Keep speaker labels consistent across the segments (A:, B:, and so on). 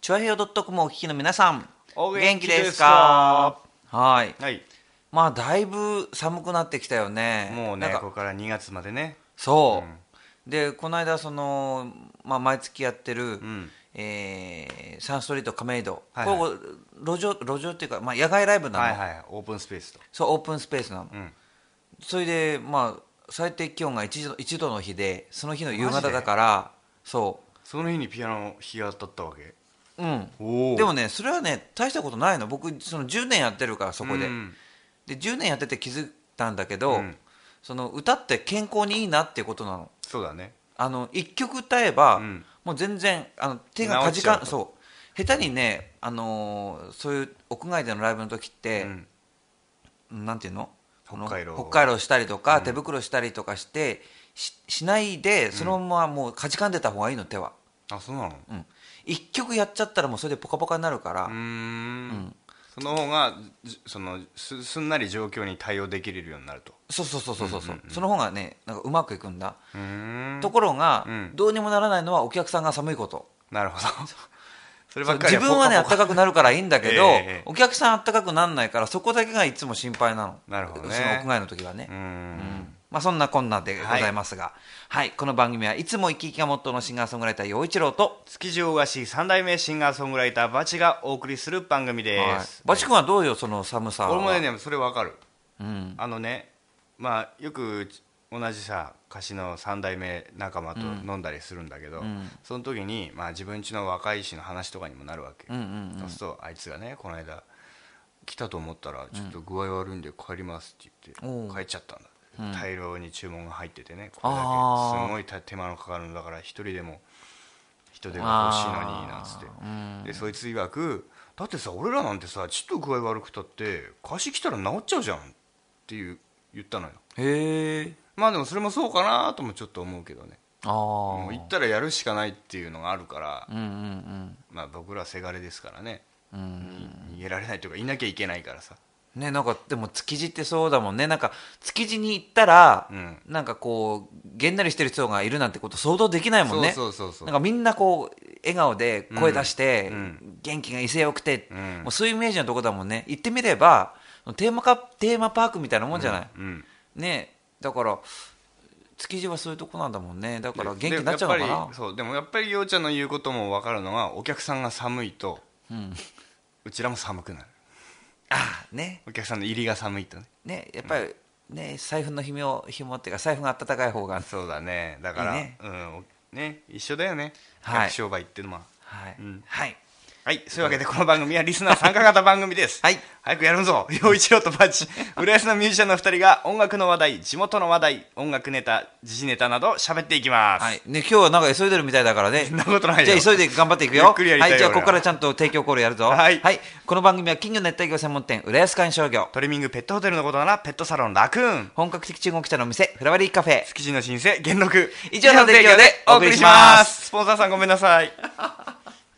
A: チョアヘヨドットコムをお聞きの皆さん、
B: お元
A: 元気
B: 気
A: で
B: ですす
A: か
B: か
A: はい。
B: はい
A: まあ、だいぶ寒くなってきたよね。
B: もう
A: な
B: ね
A: んか
B: ここから2月までね
A: そう、でこの間その、まあ、毎月やってる、
B: ん
A: えーサンストリート亀戸、
B: はいはい
A: こう路上路上っていうか、まあ、野外ライブなの、
B: はいはいオープンスペースと
A: そうオープンスペースなの、
B: ん
A: それで、まあ、最低気温が 1, 度1度の日でその日の夕
B: マジ
A: 方
B: で
A: だからそ
B: その日にピアノ日が当たったわけ
A: ううん
B: おお
A: でもねそれはね大したことないの僕その10年やってるからそこで,、
B: うん
A: で10年やってて気づいたんだけど、
B: うん
A: その歌って健康にいいなっていうことなの
B: そうだね
A: あの1曲歌えば、
B: うん
A: もう全然あの手がか
B: 直っ
A: じ
B: ちゃう
A: かんそう下手にね、あのーそういう屋外でのライブの時って
B: う、ん
A: なんていうの
B: 北海道
A: この北海道したりとか、手袋したりとかしてししないでそのままもうかじかんでた方がいいの手は、
B: あそうなのう
A: うん、1曲やっちゃったらもうそれでポカポカになるから、
B: ーんその方がじそのすすんなり状況に対応できれるようになると
A: そうそうそうそうそう,、その方がねなんかうまくいくんだ、
B: うーん
A: ところが、
B: うん
A: どうにもならないのはお客さんが寒いこと
B: なるほど それば
A: そう
B: っかり
A: 自分はねあ
B: ポ
A: っ
B: カポ
A: たかくなるからいいんだけど、
B: ええ
A: お客さんあったかくならないからそこだけがいつも心配なの
B: なるほどね
A: その屋外の時はね、
B: カうーん
A: まあ、そんなこんなでございますが、はいこの番組はいつも生き生きがモットーのシンガーソングライター陽一郎と、
B: 築地大菓子三代目シンガーソングライターバチがお送りする番組で
A: はい
B: す、
A: バチ君はどうよその寒さは
B: 俺もねでもそれわかる
A: うん
B: あのねまあよく同じさ歌詞の3代目仲間と飲んだりするんだけど、その時に、まあ、自分家の若い石の話とかにもなるわけ、そうするとあいつがねこの間来たと思ったらちょっと具合悪いんで帰りますって言っ
A: お
B: て
A: う
B: 帰っちゃったんだ、大量に注文が入っててねこれ
A: あ
B: だ
A: ー
B: けすごい手手間のかかるんだから一人でも人手が欲しいのになんつって、でそいつ曰くだってさ俺らなんてさちょっと具合悪くたって貸し来たら治っちゃうじゃんっていう言ったのよ
A: へえ
B: まあでもそれもそうかなともちょっと思うけどね
A: ああ
B: もう行ったらやるしかないっていうのがあるから、
A: うんうん
B: まあ僕らせがれですからね、
A: うんうん
B: に逃げられないというかいなきゃいけないからさ
A: ねなんかでも築地ってそうだもんねなんか築地に行ったら、
B: うん
A: なんかこうげんなりしてる人がいるなんてこと想像できないもんね
B: そうそうそうそう
A: なんかみんなこう笑顔で声出して、
B: うんう
A: 元気が威勢よくて、
B: うん
A: もうそういうイメージのとこだもんね行ってみればテーマかテーマパークみたいなもんじゃない、
B: うん
A: ねだから築地はそういうとこなんだもんねだから
B: で
A: 元気になっちゃうのか
B: でやっ
A: な
B: ぱりそうでもやっぱり陽ちゃんの言うことも分かるのがお客さんが寒いと、うちらも寒くなる
A: ああね
B: お客さんの入りが寒いとね
A: ねやっぱりね財布の紐紐っていうか財布が温かい方が
B: そうだねだから
A: いいね
B: うんおね一緒だよね
A: はい
B: 客商売ってのは
A: はい、
B: うん
A: はい
B: はい、そういうわけでこの番組はリスナー参加型番組です。
A: はい
B: 早くやるぞ陽一郎とパ ッチ、浦安のミュージシャンの2人が音楽の話題、地元の話題、音楽ネタ、時事ネタなど喋っていきます。
A: はい。ね、今日はなんか急いでるみたいだからね。
B: そんなことないよ
A: じゃあ急いで頑張っていくよ。
B: ゆっくりやりたいよ
A: はい。じゃあこ
B: 俺は
A: こからちゃんと提供コールやるぞ。
B: はい
A: この番組は金魚熱帯魚専門店、浦安館商業。
B: トリミングペットホテルのことならペットサロンラクーン。
A: 本格的中国茶の店、フラワリーカフェ。
B: 築地の新生、元禄。
A: 以上の提供でお送りします。
B: スポンサーさんごめんなさい。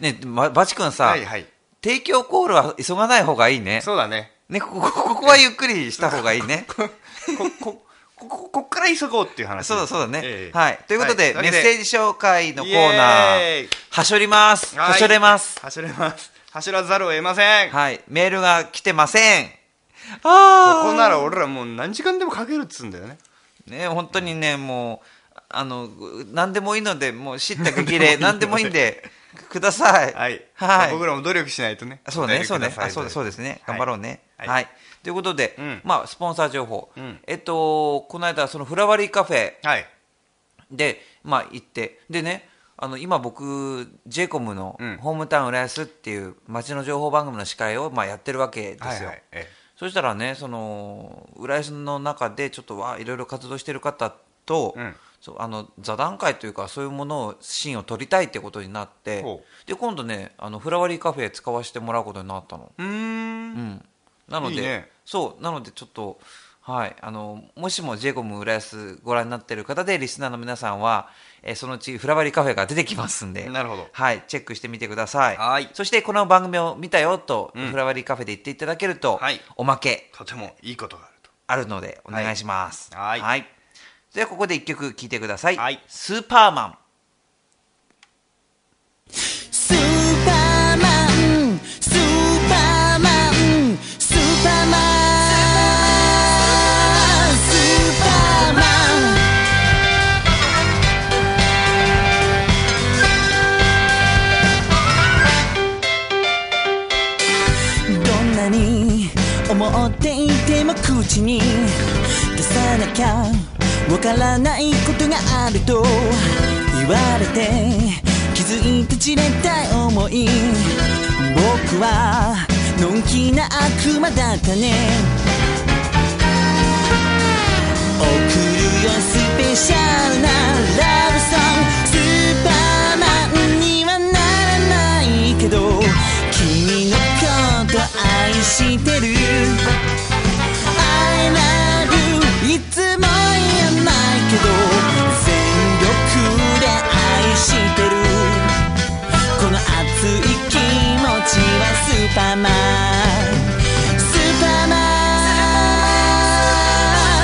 A: ねババチ君さ、
B: はいはい。
A: 提供コールは急がない方がいいね
B: そうだね。
A: ねここここはゆっくりした方がいい ね
B: こ、こ、こ、こ、こっから急ごうっていう話。
A: そうだそうだね、
B: ええ
A: はいということで、
B: はい
A: メッセージ紹介のコーナ
B: イエ
A: ー
B: ーイ
A: はしょりますはしょれます
B: 走れます走らざるを得ませんこ
A: はいメールが来てませんああ
B: こなら俺らもう何時間でもかけるっつうんだよね
A: ね本当にねもうあの何でもいいのでもう叱咤激 励何でもいいんでください
B: はい、
A: はい
B: 僕らも努力しないとね
A: そうねそうねあ
B: あ
A: そうだそうですね頑張ろうねは、
B: はいい
A: ということで、
B: うん
A: まあスポンサー情報、
B: うん
A: えっとこの間そのフラワリーカフェ
B: はい
A: でまあ行ってでねあの今僕 j イコムの
B: うん
A: ホームタウン浦安っていう街の情報番組の司会をまあやってるわけですよ、
B: はいはいえ
A: そしたらねその浦安の中でちょっとわあいろいろ活動してる方と、
B: うん
A: そうあの座談会というかそういうものをシーンを撮りたいってことになって
B: ほ
A: で今度ねあのフラワリーカフェ使わせてもらうことになったの、
B: うーん
A: うん、なので
B: いいね
A: そうなのでちょっとはいあのもしもジェイコム浦安ご覧になってる方でリスナーの皆さんは、えーそのうちフラワリーカフェが出てきますんで
B: なるほど
A: はい、チェックしてみてください
B: はい
A: そしてこの番組を見たよと、
B: うん
A: フラワリーカフェで言っていただけると、
B: はい
A: おまけ
B: とてもいいことがあると
A: あるのでお願いします
B: はいは
A: はい、ではここで一曲聴いてください、
B: はい
A: スーパーマン
C: スーパーマンスーパーマンスーパーマンスーパーマンどんなに思っていても口に出さなきゃわからないことがあると言われて気づいて散れたい思い僕はのんきな悪魔だったね送るよスペシャルなラブソングスーパーマンにはならないけど君のこと愛してる I love you いつも言えないけど全力で愛してるこの熱い気持ちはスーパーマンスーパーマ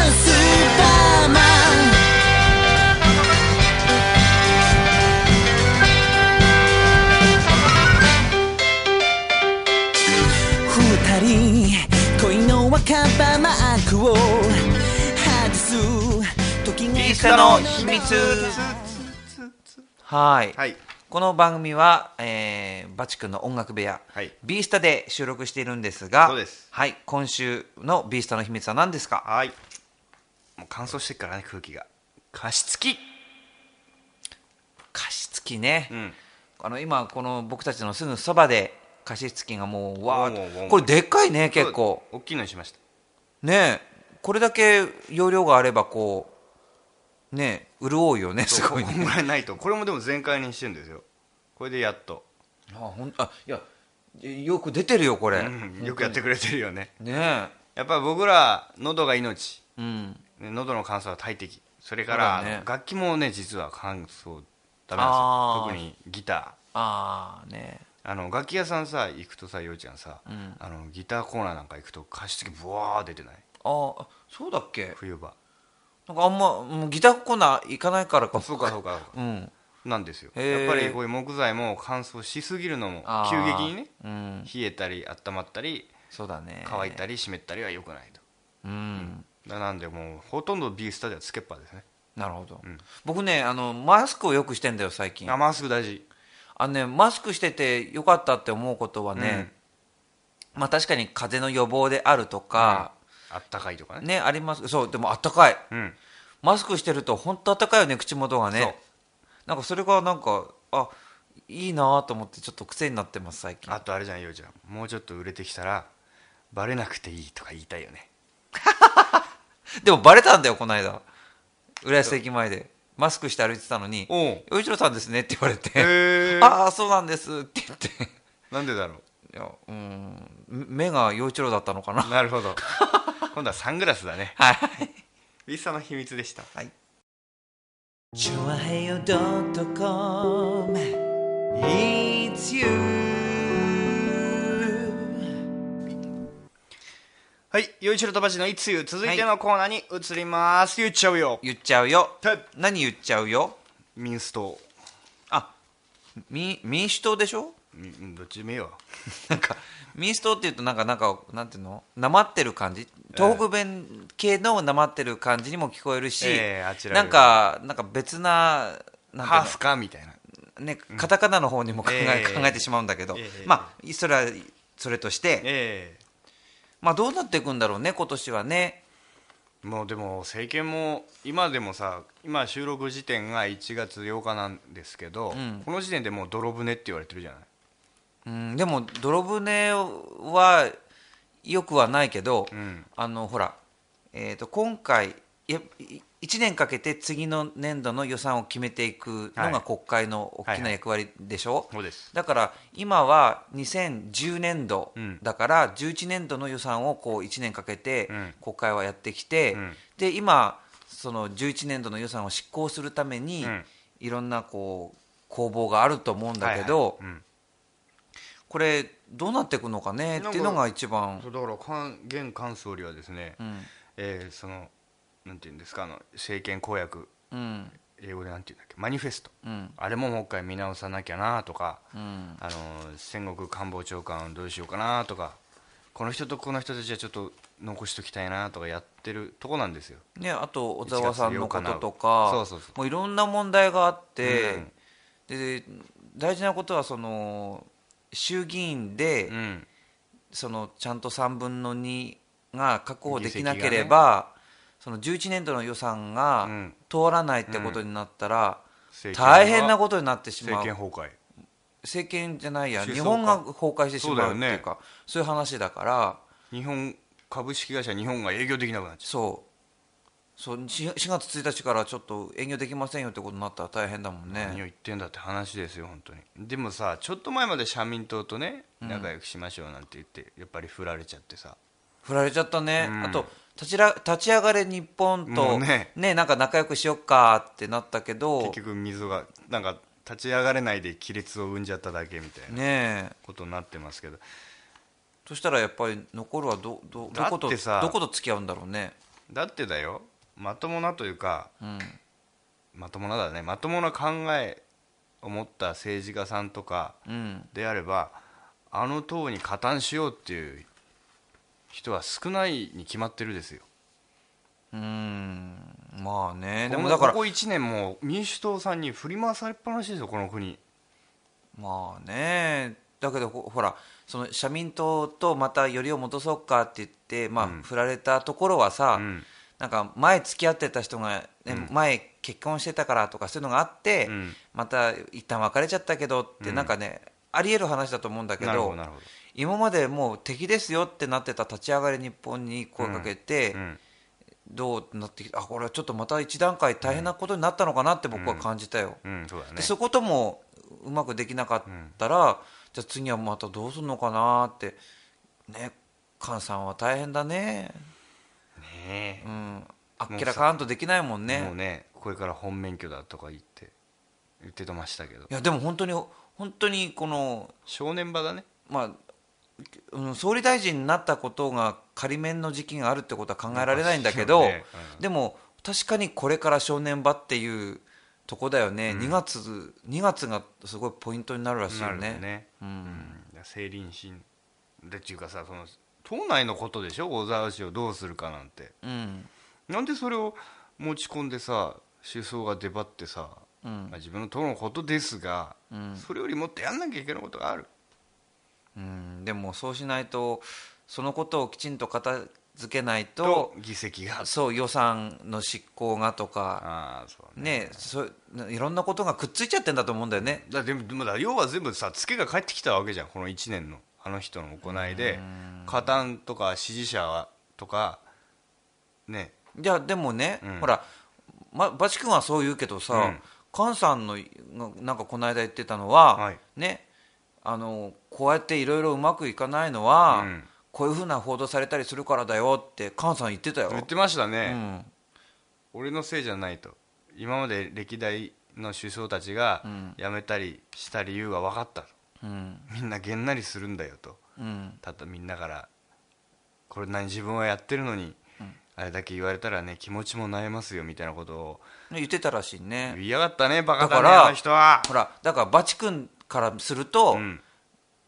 C: ンスーパーマン二人恋の若葉マークを外す時が
A: リスナの秘密はい、
B: はい
A: この番組は、えーバチ君の音楽部屋、
B: はい
A: ビースタで収録しているんですが
B: そうです
A: はい、今週のビースタの秘密は何ですか
B: はいもう乾燥してっからね空気が加湿器
A: 加湿器ね、
B: うん
A: あの今この僕たちのすぐそばで加湿器がもうわ
B: おうおうお
A: ー
B: う
A: これでっかいね結構
B: 大きいのにしました
A: ねえこれだけ容量があればこうねえ潤うよねす
B: そう
A: ごい
B: こん
A: ね
B: ぐらいないとこれもでも全開にしてるんですよこれでやっと、
A: あほんあいやよく出てるよこれ、
B: うん、よくやってくれてるよね
A: ね
B: やっぱり僕ら喉が命
A: えうん
B: ね喉の乾燥は大敵それか
A: そ
B: ら、
A: うだね
B: 楽器もね実は乾燥ダ
A: あー
B: メなんですよ特にギタ
A: ああねえ
B: ーあの楽器屋さんさ行くとさようちゃんさ、
A: ん
B: あのギターコーナーなんか行くと加湿器ブワー出てない
A: ああそうだっけ
B: 冬場
A: なんかあんまもうギターコーナー行かないからか
B: そうかそうかそう
A: う
B: か
A: ん
B: なんですよ
A: へー
B: やっぱりこういう木材も乾燥しすぎるのも
A: あ
B: 急
A: ー
B: 激にね
A: うん
B: 冷えたり温まったり
A: そうだね
B: 乾いたり湿ったりは良くないと
A: うん
B: だなんでもうほとんど B スタではつけっぱですね
A: なるほど、
B: ん
A: 僕ねあのマスクをよくしてんだよ最近
B: あまっすぐ大事
A: あのね、マスクしててよかったって思うことはね、まあ確かに風邪の予防であるとか、
B: あったかいとかね
A: ね、あります、そう、でもあったかい。
B: うん
A: マスクしてると本当あったかいよね、口元が
B: そう
A: ね。なんかそれがなんか、あ、いいなと思ってちょっと癖になってます、最近。
B: あとあれじゃんようちゃんもうちょっと売れてきたらバレなくていいとか言いたいよね
A: でもバレたんだよ、この間。浦安駅前で。マスクして歩いてたのに、
B: おう
A: 洋一郎さんですねって言われ
B: へ
A: て、
B: ー
A: ああ、そうなんですって言って。
B: なんでだろ
A: いや、うん、目が洋一郎だったのか な
B: う。なるほど 今度はサングラスだね
A: はい。
B: ビスタの秘密でした
A: はい
D: チョアヘヨドットコム It's you
B: はいよいしろとばちのいつゆ続いてのコーナーに移ります、言っちゃうよ
A: 言っちゃうよ
B: て
A: 何言っちゃうよ
B: 民主党
A: あみ民主党でしょ
B: うんどっちでもいい よ
A: なんか民主党っていうとなんかなんかなんていうのなまってる感じ東北弁系のなまってる感じにも聞こえるし、
B: ええあちらよ
A: な
B: り
A: んかなんか別ななんてい
B: ハ
A: う
B: ーフかみたいな
A: のねカタカナの方にも考え,、
B: ええ
A: 考えてしまうんだけど、
B: ええ
A: まあそれはそれとして、
B: え
A: まあどうなっていくんだろうね今年はね
B: えもうでも政権も今でもさ今収録時点が1月8日なんですけど、この時点でもう泥船って言われてるじゃない
A: うん、でも泥船はよくはないけど、
B: ん
A: あのほら、えー、と今回いやい1年かけて次の年度の予算を決めていくの
B: は
A: が
B: い
A: 国会の大
B: は
A: き
B: い
A: な
B: はい
A: 役割でしょ、
B: そうです
A: だから今は2010年度
B: うん
A: だから11年度の予算をこう1年かけて
B: うん
A: 国会はやってきて、
B: うん
A: で今その11年度の予算を執行するために
B: うん
A: いろんなこう攻防があると思うんだけど、
B: はいはいうん
A: これどうなっていくのかねっていうのが一番
B: そうだからかん現菅総理はですね、
A: うん
B: えーそのなんていうんですかあの政権公約
A: うん
B: 英語でなんていうんだっけマニフェスト、
A: うん
B: あれももう一回見直さなきゃなとか、
A: うん
B: あの戦国官房長官どうしようかなとかこの人とこの人たちはちょっと残しときたいなとかやってるとこなんですよ
A: ね、あと小沢さんのことと
B: 1
A: か
B: 月8日なそうそうそう
A: もういろんな問題があって、で大事なことはその衆議院で、
B: うん
A: そのちゃんと3分の2が確保できなければ、その11年度の予算
B: う
A: が
B: ん
A: 通らないってことになったら、
B: 政権が
A: 大変なことになってしまう
B: 政権崩壊
A: 政権じゃないや
B: し
A: 日本が
B: そう
A: 崩壊してしまうっていう
B: そうだ
A: かそういう話だから
B: 日本株式会社日本が営業できなくなっちゃ
A: そうそう 4, 月1日からちょっと営業できませんよってことになったら大変だもん
B: う、何を
A: ね
B: 言ってんだって話ですよ本当にでもさちょっと前まで社民党とね仲良くしましょうなんて言ってやっぱり振られちゃってさ
A: 振られちゃったね、
B: うん
A: あと立ちら立ち上がれ日本
B: も
A: と
B: う
A: ね
B: ね
A: なんか仲良くしよっかってなったけど
B: 結局溝がなんか立ち上がれないで亀裂を生んじゃっただけみたいな
A: ねえ
B: ことになってますけど
A: そしたらやっぱり残るはどどど
B: だ
A: こと
B: ってさ
A: どこと付き合うんだろうね
B: だってだよまともなというか
A: うん
B: まともなだねまともな考えを持った政治家さんとか
A: うん
B: であればあの党に加担しようっていう人は少ないに決まってるですよ
A: うんまあねで
B: で
A: も
B: も
A: だから
B: ここ1年もう民主党さんに振り回されっぱなしですよこの国
A: まあねだけどほほらその社民党とまたよりを戻そうかって言って、まあ
B: うん
A: 振られたところはさ、
B: うん
A: なんか前付き合ってた人が、ね前結婚してたからとかそういうのがあって、
B: うん
A: また一旦別れちゃったけどって、なんかねありえる話だと思うんだけ
B: なるほ
A: ど
B: どなるほど
A: 今までもう敵ですよってなってた立ち上がり日本に声かけて、
B: うん
A: どうってなってきてあこれはちょっとまた一段階大変なことになったのかなって僕は感じたよ。
B: うんそうだ
A: で
B: ね
A: そういうこともうまくできなかったら、じゃあ次はまたどうするのかなってね菅さんは大変だね
B: ね
A: うんあっけらかんとできないもん
B: え
A: ね
B: もうねこれから本免許だとか言って言ってましたけど
A: いやでも本当に本当にこの
B: 正念場だね
A: まあ、うん、総理大臣になったことが仮免の時期があるってことは考えられないんだけど、
B: なんかそうねうん
A: でも確かにこれから正念場っていうとこだよね、2月2月がすごいポイントになるらしい
B: な
A: よ
B: る
A: ね
B: よね、
A: う
B: うんんいや政倫審でっていうかさその党内のことでしょ小沢氏をどうするかなんて
A: うん
B: なんでそれを持ち込んでさ思想が出張ってさ、
A: うん
B: まあ、自分の党のことですが、
A: うん
B: それよりもっとやんなきゃいけないことがある
A: うん、でもそうしないとそのことをきちんと片付けないと
B: と議席が
A: そう予算の執行がとか
B: ああそうね
A: ねそういろんなことがくっついちゃってんだと思うんだよね。
B: だでもでもだ要は全部さツケが返ってきたわけじゃんこの1年のあの人の行いで加担とか支持者とかね
A: じゃあでもね、
B: うん
A: ほら、ま、バチ君はそう言うけどさ、
B: うん
A: 菅さんのなんかこの間言ってたのは、
B: はい
A: ねあのこうやっていろいろうまくいかないのは、
B: うん
A: こういうふうな報道されたりするからだよって菅さん言ってたよ。
B: 言ってました
A: う
B: ね、
A: ん
B: 俺のせいじゃないと今まで歴代の首相たちが
A: ん
B: 辞めたりした理由が分かったと
A: うん
B: みんなげんなりするんだよと
A: うん
B: ただみんなからこれ何自分はやってるのに、あれだけ言われたらね気持ちも萎えますよみたいなことを
A: 言ってたらしいね。
B: 言いやがったねバ
A: だ
B: カだ
A: か
B: ね
A: ら
B: あの人は
A: ほら、だからバチ君からすると、
B: うん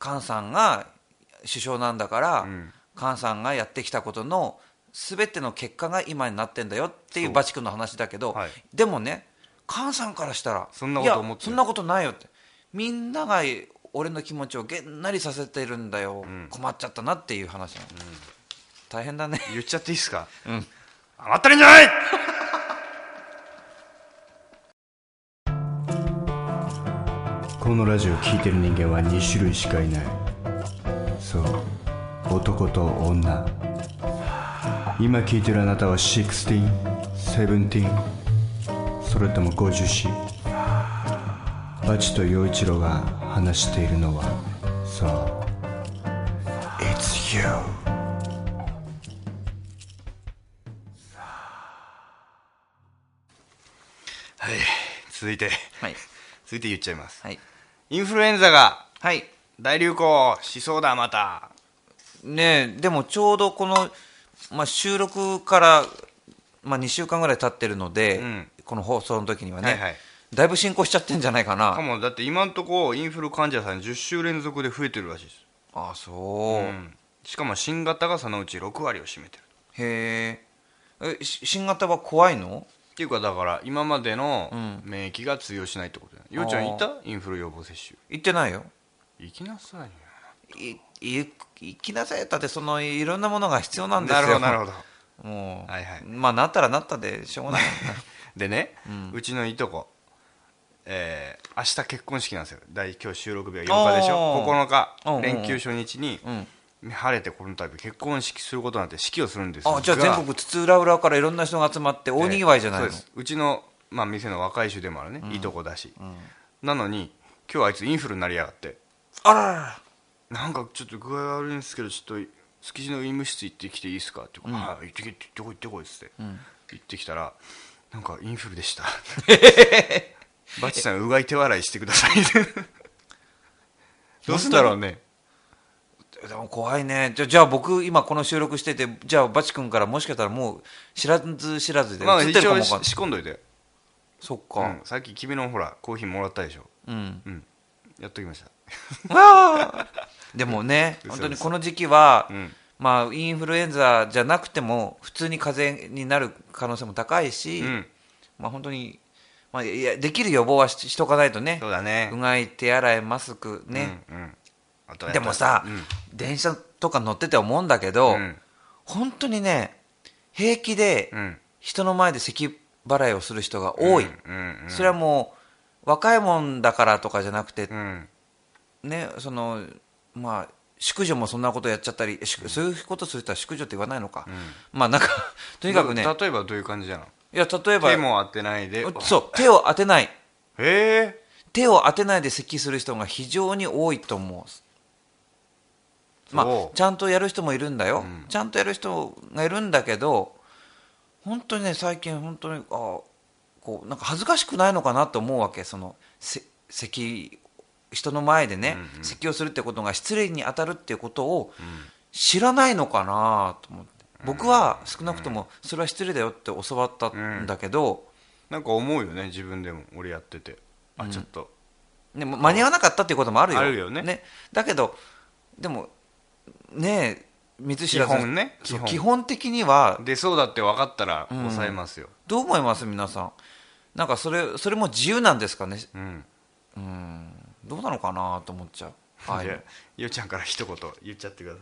A: 菅さんが首相なんだから、
B: ん
A: 菅さんがやってきたことのすべての結果が今になってんだよっていうバチ君の話だけど、
B: はい
A: でもね、菅さんからしたら、
B: そんなこと思
A: い
B: っ
A: や
B: てる
A: そんなことないよって、みんなが俺の気持ちをげんなりさせてるんだよ、
B: ん
A: 困っちゃったなっていう話なの、大変 だね。
B: 言っちゃっていいですか
A: うん
B: 余ってるんじゃないこのラジオ聴いてる人間は2種類しかいないそう男と女今聴いてるあなたは16
E: セブンティーンそれとも 50C バチと陽一郎が話しているのはそう It's you
B: はい続いて
A: はい
B: 続いて言っちゃいます、
A: はい
B: インフルエンザが
A: はい
B: 大流行しそうだまた
A: ねえでもちょうどこの、まあ、収録から、まあ、2週間ぐらい経ってるので、
B: うん
A: この放送の時にはね、
B: はいはい
A: だいぶ進行しちゃってんじゃないかな
B: かもだって今んとこインフル患者さん10週連続で増えてるらしいです、
A: あそう、
B: うんしかも新型がそのうち6割を占めてる
A: へええし新型は怖いの
B: っていうかだから今までの
A: ん
B: 免疫が通用しないってことだよ、ようちゃんいたインフル予防接種
A: 言ってないよ
B: 行きなさいよ
A: いい行きなさいだってそのいろんなものが必要なんですよ
B: なるほどなるほど
A: もう、
B: はいはい
A: まあなったらなったでしょうがない
B: でね、うちのいとこえー、明日結婚式なんですよ第今日収録日は4日でしょ
A: おー
B: 9日
A: うんうんうん
B: 連休初日に、
A: ん
B: 晴れてこの度結婚式することなんて式をするんですが
A: あじゃあ全国津々浦々からいろんな人が集まって大にぎわいじゃないの、
B: そうですうちの、まあ、店の若い衆でもあるね、いとこだし、なのに今日あいつインフルになりやがって
A: あららら
B: なんかちょっと具合悪いんですけどちょっと築地の医務室行ってきていいですかって言うから、はい行ってきて行ってこい行ってこいっつって、行ってきたらなんかインフルでした バチさんうがい手笑いしてください どうすんだろうね
A: でも怖いねじゃじゃあ僕今この収録しててじゃあバチ君からもしかしたらもう知らず知らずで
B: まあ
A: 映って
B: 一
A: るかも
B: 応
A: わかんない、
B: し仕込んどいて、
A: そっ
B: う
A: か
B: んさっき君のほらコーヒーもらったでしょ
A: うん、
B: うんやっときました
A: わあでもね
B: 嘘
A: 本当にこの時期は、
B: うん
A: まあインフルエンザじゃなくても普通に風邪になる可能性も高いし、
B: うん
A: まあ本当にまあいやできる予防はししとかないとね
B: そうだね
A: うがい手洗いマスクね、
B: うんうんあとはや
A: で
B: っぱ
A: もさ、
B: うん
A: 電車とか乗ってて思うんだけど、
B: うん
A: 本当にね、平気で
B: うん
A: 人の前で咳払いをする人が多い、
B: うんうん
A: それはもう、若いもんだからとかじゃなくて
B: う、ん
A: ね、そのまあ、淑女もそんなことやっちゃったり、しそういうことする人は淑女って言わないのか、まあなんか、 とにかくね、
B: 例えばどういう感じなの
A: いや例えば
B: 手も当てないで
A: そう、手を当てない、
B: うへ
A: 手を当てないで咳する人が非常に多いと思う。ま
B: そ
A: あ、
B: う
A: ちゃんとやる人もいるんだよ、
B: うん
A: ちゃんとやる人がいるんだけど本当にね最近本当にあこうなんか恥ずかしくないのかなと思うわけそのせ咳人の前でね、咳をするってことが失礼に当たるっていうことを知らないのかなと思って僕は少なくともそれは失礼だよって教わったんだけど、
B: えなんか思うよね自分でも俺やっててあちょっと
A: でも間に合わなかったっていうこともあるよ
B: あるよね
A: だけどでもねえ見ず知らず
B: 基本ね
A: そう
B: 基本
A: 基本的には
B: 出そうだって分かったら抑えますよ
A: どう思います皆さんなんかそれそれも自由なんですかね
B: うん
A: うんどうなのかなと思っちゃうああい
B: じゃあ
A: う
B: ゆうちゃんから一言言っちゃってくだ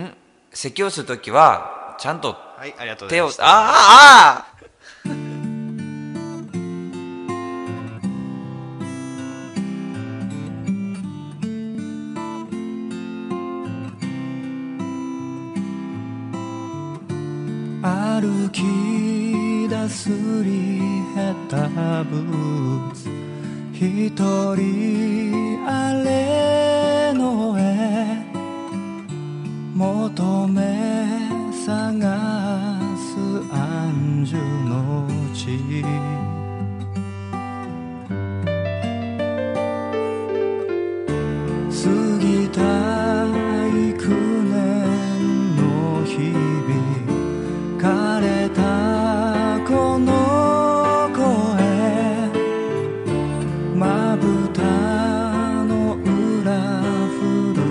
B: さい
A: 咳をするときはちゃんと
B: はいありがとうござ
A: 手
B: い
A: をあ
B: ま
A: ー
B: した
A: あーあ
E: 歩き出すり減ったブーツ一人あれのへ求め探す安住の地過ぎた幾年の日々枯れたこの声まぶたの裏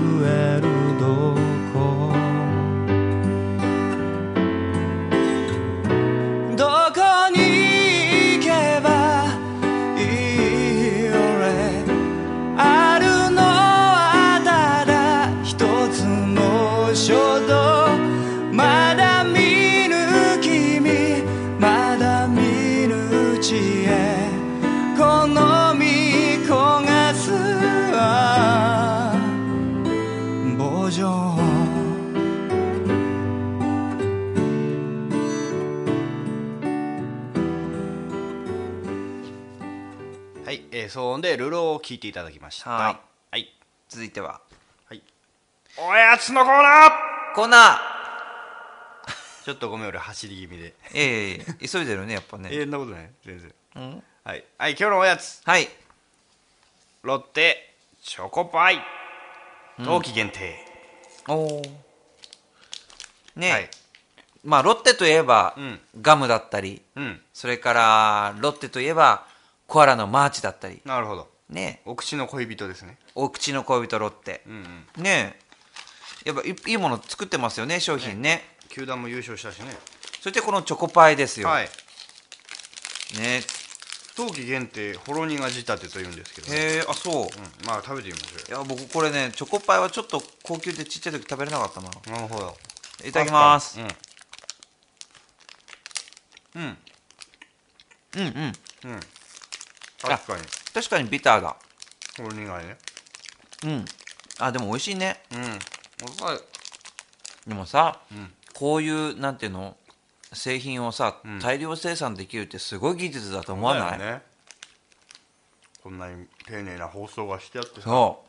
B: 低騒音でルローを聞いていただきました
A: はい
B: はい、
A: 続いては
B: はい、おやつのコーナー
A: コーナ
B: ちょっとごめん俺走り気味で
A: ーええ急いでるねやっぱね、
B: えそんなことない全然
A: うん
B: はい、はい、今日のおやつ
A: はい
B: ロッテチョコパイ冬季限定、
A: おおーね、
B: はい
A: まあロッテといえば、
B: うん
A: ガムだったり
B: うん
A: それからロッテといえばコアラのマーチだったり
B: なるほど
A: ね
B: お口の恋人ですね
A: お口の恋人ロッテ
B: うんうん
A: ねえやっぱいいいもの作ってますよね商品ね
B: 球団も優勝したしね
A: そしてこのチョコパイですよ、
B: はい
A: ね
B: 冬季限定ほろ苦仕立てというんですけど、ね
A: へえあそう
B: うん、まあ食べてみまし
A: い
B: ょ
A: や僕これねチョコパイはちょっと高級でちっちゃい時食べれなかったないう
B: よなるほどい
A: ただきます
B: うんうん
A: うんうん
B: うん確かに
A: 確かにビターだ
B: ほろ苦いね
A: うんあでも美味しいね
B: うんおさ
A: でもさ、
B: ん
A: こういうなんていうの製品をさ、
B: うん
A: 大量生産できるってすごい技術だと思わない、
B: ねこんなに丁寧な包装がしてあってさ
A: そ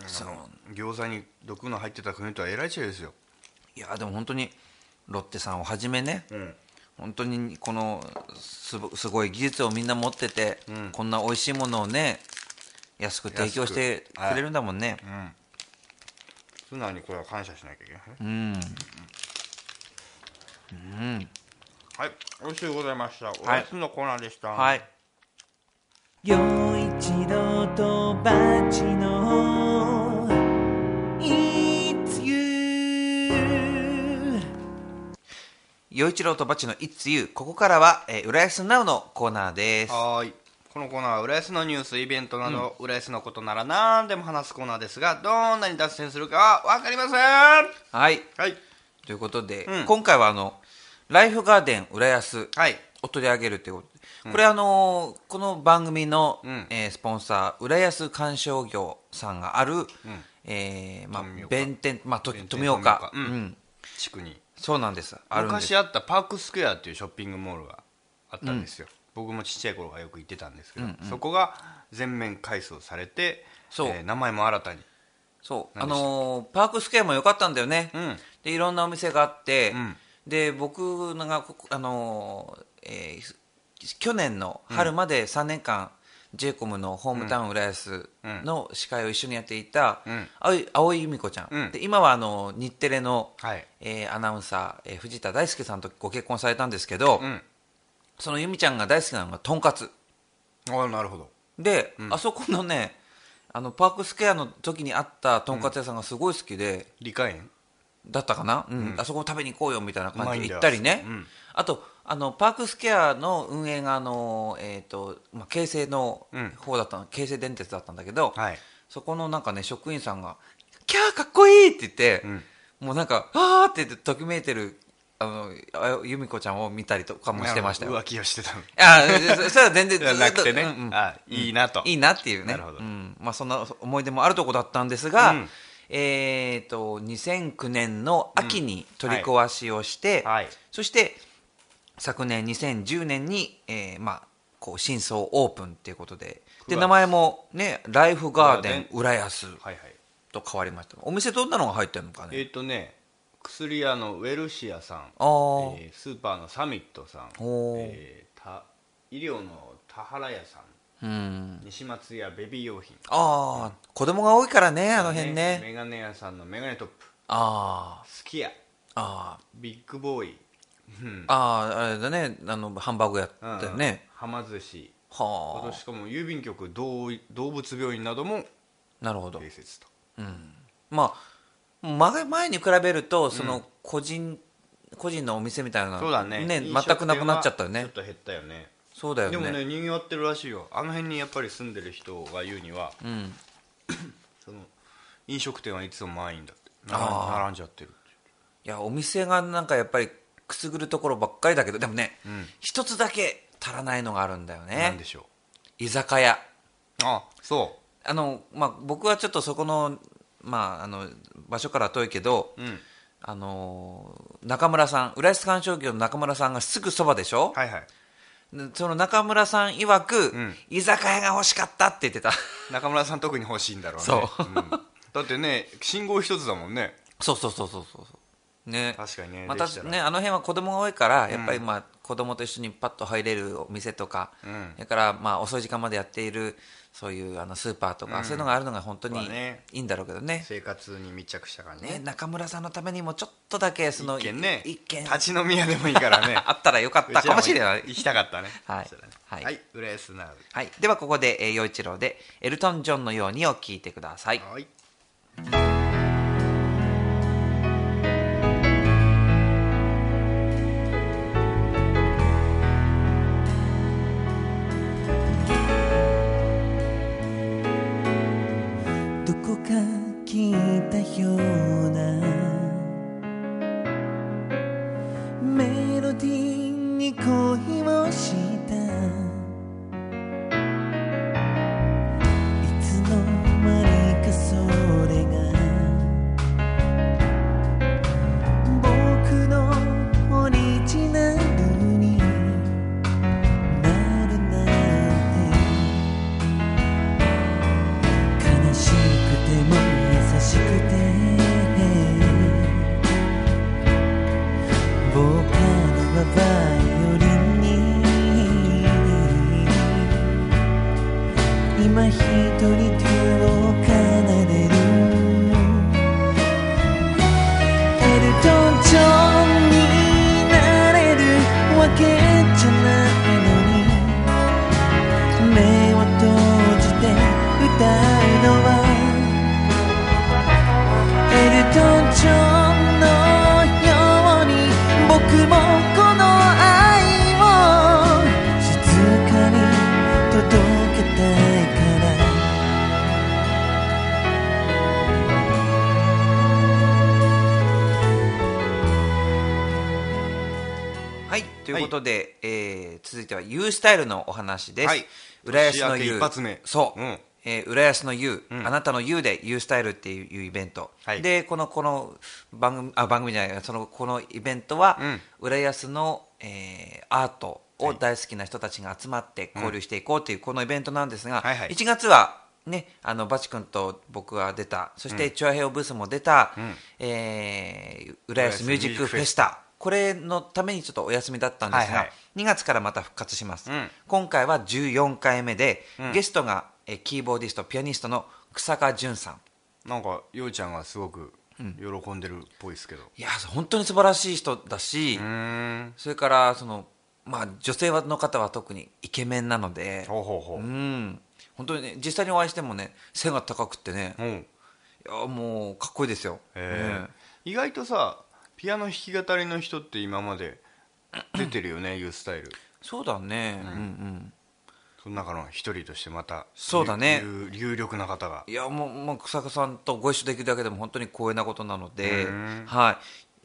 A: う、そう
B: 餃子に毒の入ってた国とはえらい違いですよ
A: いやでも本当にロッテさんをはじめね
B: うん
A: 本当にこのすごすごい技術をみんな持ってて、
B: うん
A: こんな美味しいものをね安く提供してくれるんだもんね、
B: うん素直にこれは感謝しなきゃいけないね
A: うん
B: はい美味しゅうございましたお
A: はい
B: やつのコーナーでした
A: はい
C: よ一度とばちの It's you
A: 与一郎とバチの「It's You」ここからは「えー浦安なお」のコーナーです
B: はーいこのコーナーは浦安のニュースイベントなど、浦安のことなら何でも話すコーナーですがどんなに脱線するかは分かりませんは
A: はい
B: い
A: ということで、
B: うん
A: 今回はあの「ライフガーデン浦安
B: はい」
A: を取り上げるということでこれ、あのーこの番組の、
B: うん
A: えースポンサー浦安観賞業さんがある、えーま
B: 富
A: あ
B: 岡
A: 弁天まあと
B: 弁天
A: 富岡
B: 富岡う
A: う
B: ん
A: ん
B: 地区に
A: そうなんですあるんです
B: 昔あったパークスクエアっていうショッピングモールがあったんですよ、僕もちっちゃい頃はよく行ってたんですけど、そこが全面改装されて
A: そう
B: えー名前も新たに
A: そうあ
B: 何でした
A: のーパークスケアも良かったんだよね、
B: うん
A: でいろんなお店があって、
B: うん
A: で僕がここあのーえー去年の春まで3年間、j コムのホームタウン浦安の司会を一緒にやっていた、
B: うん
A: あい青井由美子ちゃん、
B: うん
A: で今はあの日テレの、
B: はい
A: えーアナウンサー、えー藤田大輔さんとご結婚されたんですけど、
B: うん
A: その由美ちゃんが大好きなのがとんかつ
B: ああなるほど
A: で、あそこのねあのパークスケアの時にあったとんかつ屋さんがすごい好きで、
B: 理解園
A: だったかな、うんあそこ食べに行こうよみたいな
B: うま
A: 感
B: いん
A: じ
B: だ
A: で
B: よ
A: 行ったりね、
B: うん
A: あとあのパークスケアの運営があの、えーとまあ、京成の
B: うん
A: 方だったの、京成電鉄だったんだけど、
B: はい
A: そこのなんかね職員さんが「キャーかっこいい!」って言って、
B: うん
A: もうなんか「あー!」って言ってときめいてるあのあ由美子ちゃんを見たりとかもしてましたよ。
B: 浮気をして たの
A: あそそれは全然
B: じゃなくてね、
A: ずっとうんうん
B: あいいなと、
A: いいなっていうね
B: なるほど
A: うんまあ、そんな思い出もあるとこだったんですが、
B: うん
A: えー、と2009年の秋に取り壊しをして、
B: はいはい
A: そして昨年2010年に、えーまあ、こう新装オープンっていうことでで
B: 九月
A: 名前も、ね「ライフガーデン
B: ガーデン
A: 浦安
B: はいはい」
A: と変わりましたお店どんなのが入ってるのか
B: え
A: ね
B: っ、とね薬屋のウェルシアさん、え
A: あー
B: ースーパーのサミットさん、
A: おー
B: えーた医療の田原屋さん
A: うん
B: 西松屋ベビー用品
A: ああ子供が多いからねあの辺ね
B: メガネ屋さんのメガネトップ
A: あ
B: すき家
A: ああ
B: ビッグボーイ、うん
A: ああああれだねあのハンバーグやったよね、
B: はま寿司
A: は
B: あ
A: あ
B: としかも郵便局動動物病院なども
A: なるほど
B: 併設と
A: まあ前前に比べるとその個人、個人のお店みたいな
B: そうだね飲食
A: 全くなくなっちゃったよ
B: 店は
A: ね
B: ちょっと減ったよね
A: そうだよね
B: でもねにぎわってるらしいよあの辺にやっぱり住んでる人が言うには、
A: ん
B: その飲食店はいつも満員だって並
A: あー
B: 並んじゃってる
A: いやお店がなんかやっぱりくすぐるところばっかりだけどでもね
B: ん
A: 一、つだけ足らないのがあるんだよ
B: なん
A: ね
B: でしょ
A: 居酒屋
B: うあそ
A: あの、まあ、僕はちょっとそこの,、まあ、あの場所から遠いけど、
B: ううん
A: あの中村さん浦安鑑賞業の中村さんがすぐそばでしょ、
B: はいはい
A: その中村さん曰く、
B: ん
A: 居酒屋が欲しかったって言ってた
B: 中村さん特に欲しいんだろうね
A: そうん
B: だってね信号一つだもんね
A: そうそうそうそうそうそうね
B: 確かにね
A: ま
B: できた
A: た
B: ら
A: ねあの辺は子供が多いからやっぱりまあ、子供と一緒にパッと入れるお店とか、
B: ん
A: だからまあ遅い時間までやっているそういうあのスーパーとか、そういうのがあるのが本当に
B: まあね
A: いいんだろうけどね
B: 生活に密着した感じ
A: ね中村さんのためにもちょっとだけその
B: 一軒ね
A: 一軒
B: 立ち飲み屋でもいいから ね
A: あったらよかったかもしれないう
B: ちらも行きたかったね
A: はい
B: そしたらね
A: はい
B: はい「ウレースナウ
A: はい、ではここでえー陽一郎で「エルトン・ジョンのように」を聞いてください」
B: はい
C: どこか聞いたようなメロディーに恋をしたいつの間にかそれが僕のオリジナルになるなんて悲しくても優しくて僕からはバイオリンに今一人手を奏でるエルトン・ジョンになれるわけじゃないのに目を閉じて歌うのはエルトン・ジョンのように僕もこの愛を静かに届けたいから
A: はい、ということで、えー続いては U スタイルのお話です。
B: はい
A: 浦安の
B: 年明
A: U
B: け一発目
A: そう、
B: うん
A: えー浦安の U、
B: ん
A: あなたの U で U スタイルっていうイベント、
B: はい
A: でこのこの番組あ番組じゃないそのこのイベントは、
B: うん
A: 浦安の、えーアートを大好きな人たちが集まって交流していこうというこのイベントなんですが、
B: はいはい
A: 1月はねあのバチ君と僕が出たそしてチュアヘオブースも出た、
B: ん
A: えー浦安ミュージックフェスタこれのためにちょっとお休みだったんですなんですが、
B: はいはい
A: 2月からまた復活します、
B: うん
A: 今回は14回目で、
B: ん
A: ゲストがえキーボーディストピアニストの草加淳さん
B: なんかようちゃんがすごく喜んでるっぽいですけど
A: いや本当に素晴らしい人だし、
B: うーん
A: それからその、まあ、女性の方は特にイケメンなので
B: ほうほうほ
A: う
B: うん
A: 本当にね実際にお会いしてもね背が高くてね、
B: う
A: い
B: ん
A: やもうかっこいいですよ、
B: え
A: ね
B: ー意外とさピアノ弾き語りの人って今まで出てるよね U スタイル
A: そうだね、うんうん
B: その中の一人としてまた
A: そうだね
B: 有有力な方が
A: いやもうもう草加さんとご一緒できるだけでも本当に光栄なことなので
B: うん、
A: は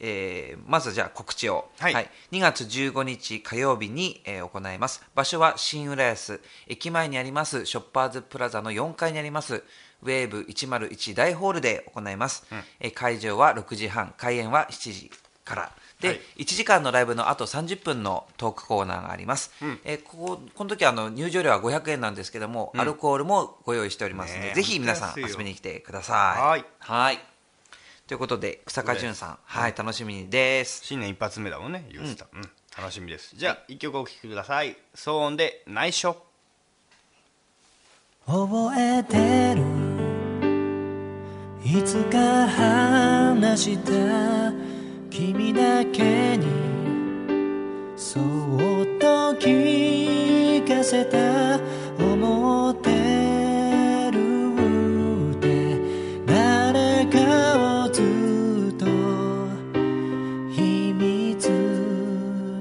A: いえーまずじゃあ告知を、
B: はい
A: 2月15日火曜日に、えー行います場所は新浦安駅前にありますショッパーズプラザの4階にありますウェーブ101大ホールで行います、えー会場は6時半開演は7時からで、
B: はい
A: 1時間のライブのあと30分のトークコーナーがあります、えーこここの時はあの入場料は500円なんですけども、アルコールもご用意しておりますので、
B: ねえ
A: ぜひ皆さん
B: 本当安いよ
A: 遊びに来てください
B: はい
A: はいということで草加淳さんはい楽しみです
B: 新年一発目だもんね U スタうん楽しみですじゃあ一曲お聴きください騒音で内緒
C: 覚えてるいつか話した君だけにそっと聞かせた思ってるって誰かをずっと秘密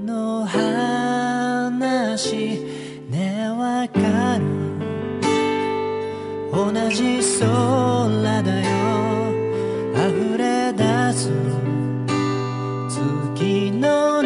C: の話ねえわかる同じ空だよ溢れ出す月の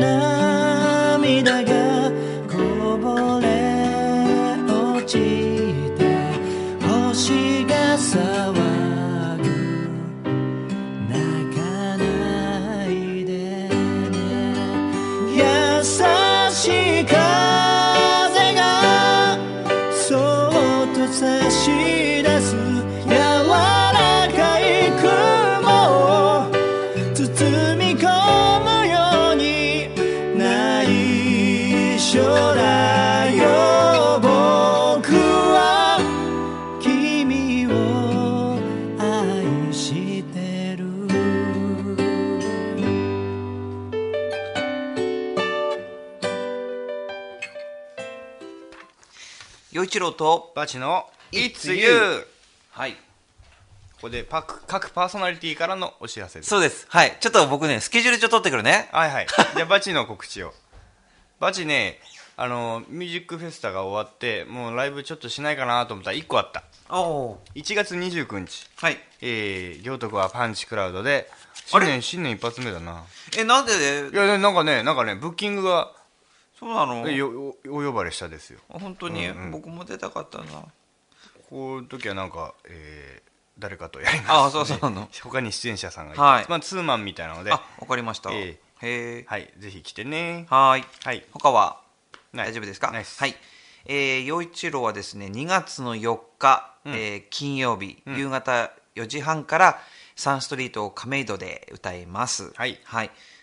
A: 一郎と
B: バチの「It's
A: It's
B: You
A: You」はい
B: ここでパク各パーソナリティからのお知らせです
A: そうですはいちょっと僕ねスケジュール帳取ってくるね
B: はいはいじゃあバチの告知をバチねあのミュージックフェスタが終わってもうライブちょっとしないかなと思ったら1個あった
A: おお
B: 1月29日
A: はい
B: えー、行徳はパンチクラウドで新年新年一発目だな
A: えなんで
B: いやねなんかねなんかねブッキングが
A: そうなの
B: よおお呼ばれしたですよ
A: 本当に、
B: うんうん
A: 僕も出たかったな
B: こういう時はなんか、えー誰かとやります
A: あそうそうなの
B: 他に出演者さんがいて、
A: はい
B: まあ、ツーマンみたいなので
A: あわかりました、
B: え
A: へえ
B: はいぜひ来てね
A: はーい
B: はい
A: 他は
B: ない
A: 大丈夫ですか
B: ないっす
A: はいえー陽一郎はですね2月の4日、
B: うん
A: えー金曜日、
B: うん
A: 夕方4時半からサンストリートを亀戸で歌います
B: はい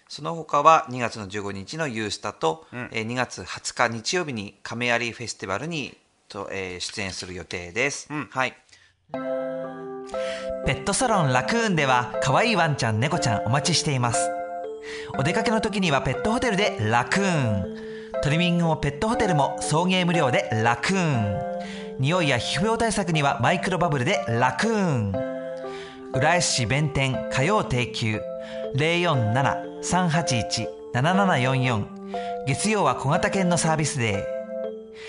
A: その他は2月の15日のユースタと、
B: うん
A: えー2月20日日曜日に亀有フェスティバルにと、えー出演する予定です、
B: うん
A: はい
D: ペットサロンラクーンでは可愛いワンちゃん猫ちゃんお待ちしていますお出かけの時にはペットホテルでラクーントリミングもペットホテルも送迎無料でラクーン匂いや皮膚病対策にはマイクロバブルでラクーン浦安市弁天火曜定休047-381-7744月曜は小型犬のサービスデ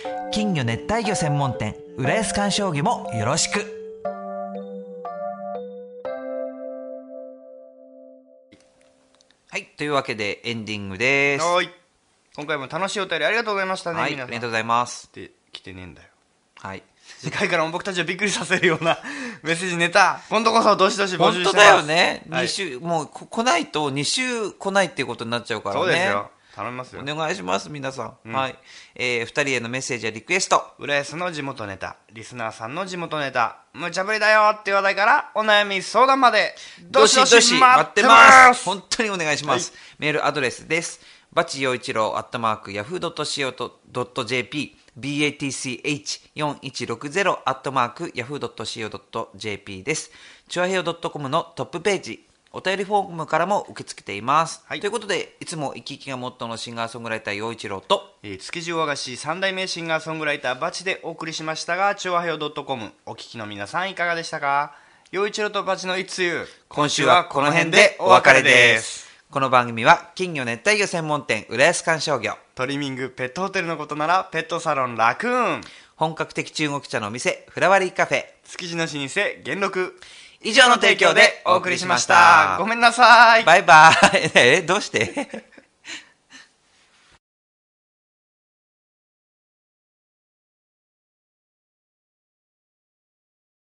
D: ー金魚熱帯魚専門店浦安鑑賞魚もよろしく
A: はいというわけでエンディングです
B: はーい今回も楽しいお便りありがとうございましたね、
A: はい、あり
B: 皆
A: が
B: さん
A: とうございます。
B: で来てねえんだよ
A: はい。
B: 次回からも僕たちをびっくりさせるようなメッセージネタ今度こそどしどし募
A: 本
B: 集してま
A: 当
B: す
A: だよね。二、
B: はい
A: 週、もうこ来ないと2週来ないっていうことになっちゃうからね。
B: そうですよ頼みますよ
A: お願いします、皆さん。
B: うん
A: はい。えー、2人へのメッセージやリクエスト。
B: 浦安の地元ネタリスナーさんの地元ネタ無茶ぶりだよっていう話題からお悩み相談までど
A: ど
B: し
A: し
B: ど
A: ど
B: し
A: し
B: 待
A: 待
B: っ
A: ってて
B: ま
A: ますす。本当にお願いします。メールアドレスです。バチ陽一郎アットマークヤフー .co.jp batch4160 アットマークヤフー .co.jp です。チュアヘオ .com のトップページ、お便りフォームからも受け付けています。
B: はい
A: ということで、いつも生き生きがモットーのシンガーソングライター陽一郎と、
B: えー築地和菓子三代目シンガーソングライターバチでお送りしましたが調和平洋 .com お聞きの皆さんいかがでしたか陽一郎とバチのいつゆ
A: 今週はこの辺でお別れで
B: お別
A: す。この番組は金魚熱帯魚専門店浦安観賞魚。
B: トリミングペットホテルのことならペットサロンラクーン
A: 本格的中国茶のお店フラワリーカフェ
B: 築地の老舗元禄
A: 以上の提供でお送りしました
B: ごめんなさい
A: バイバイ えどうして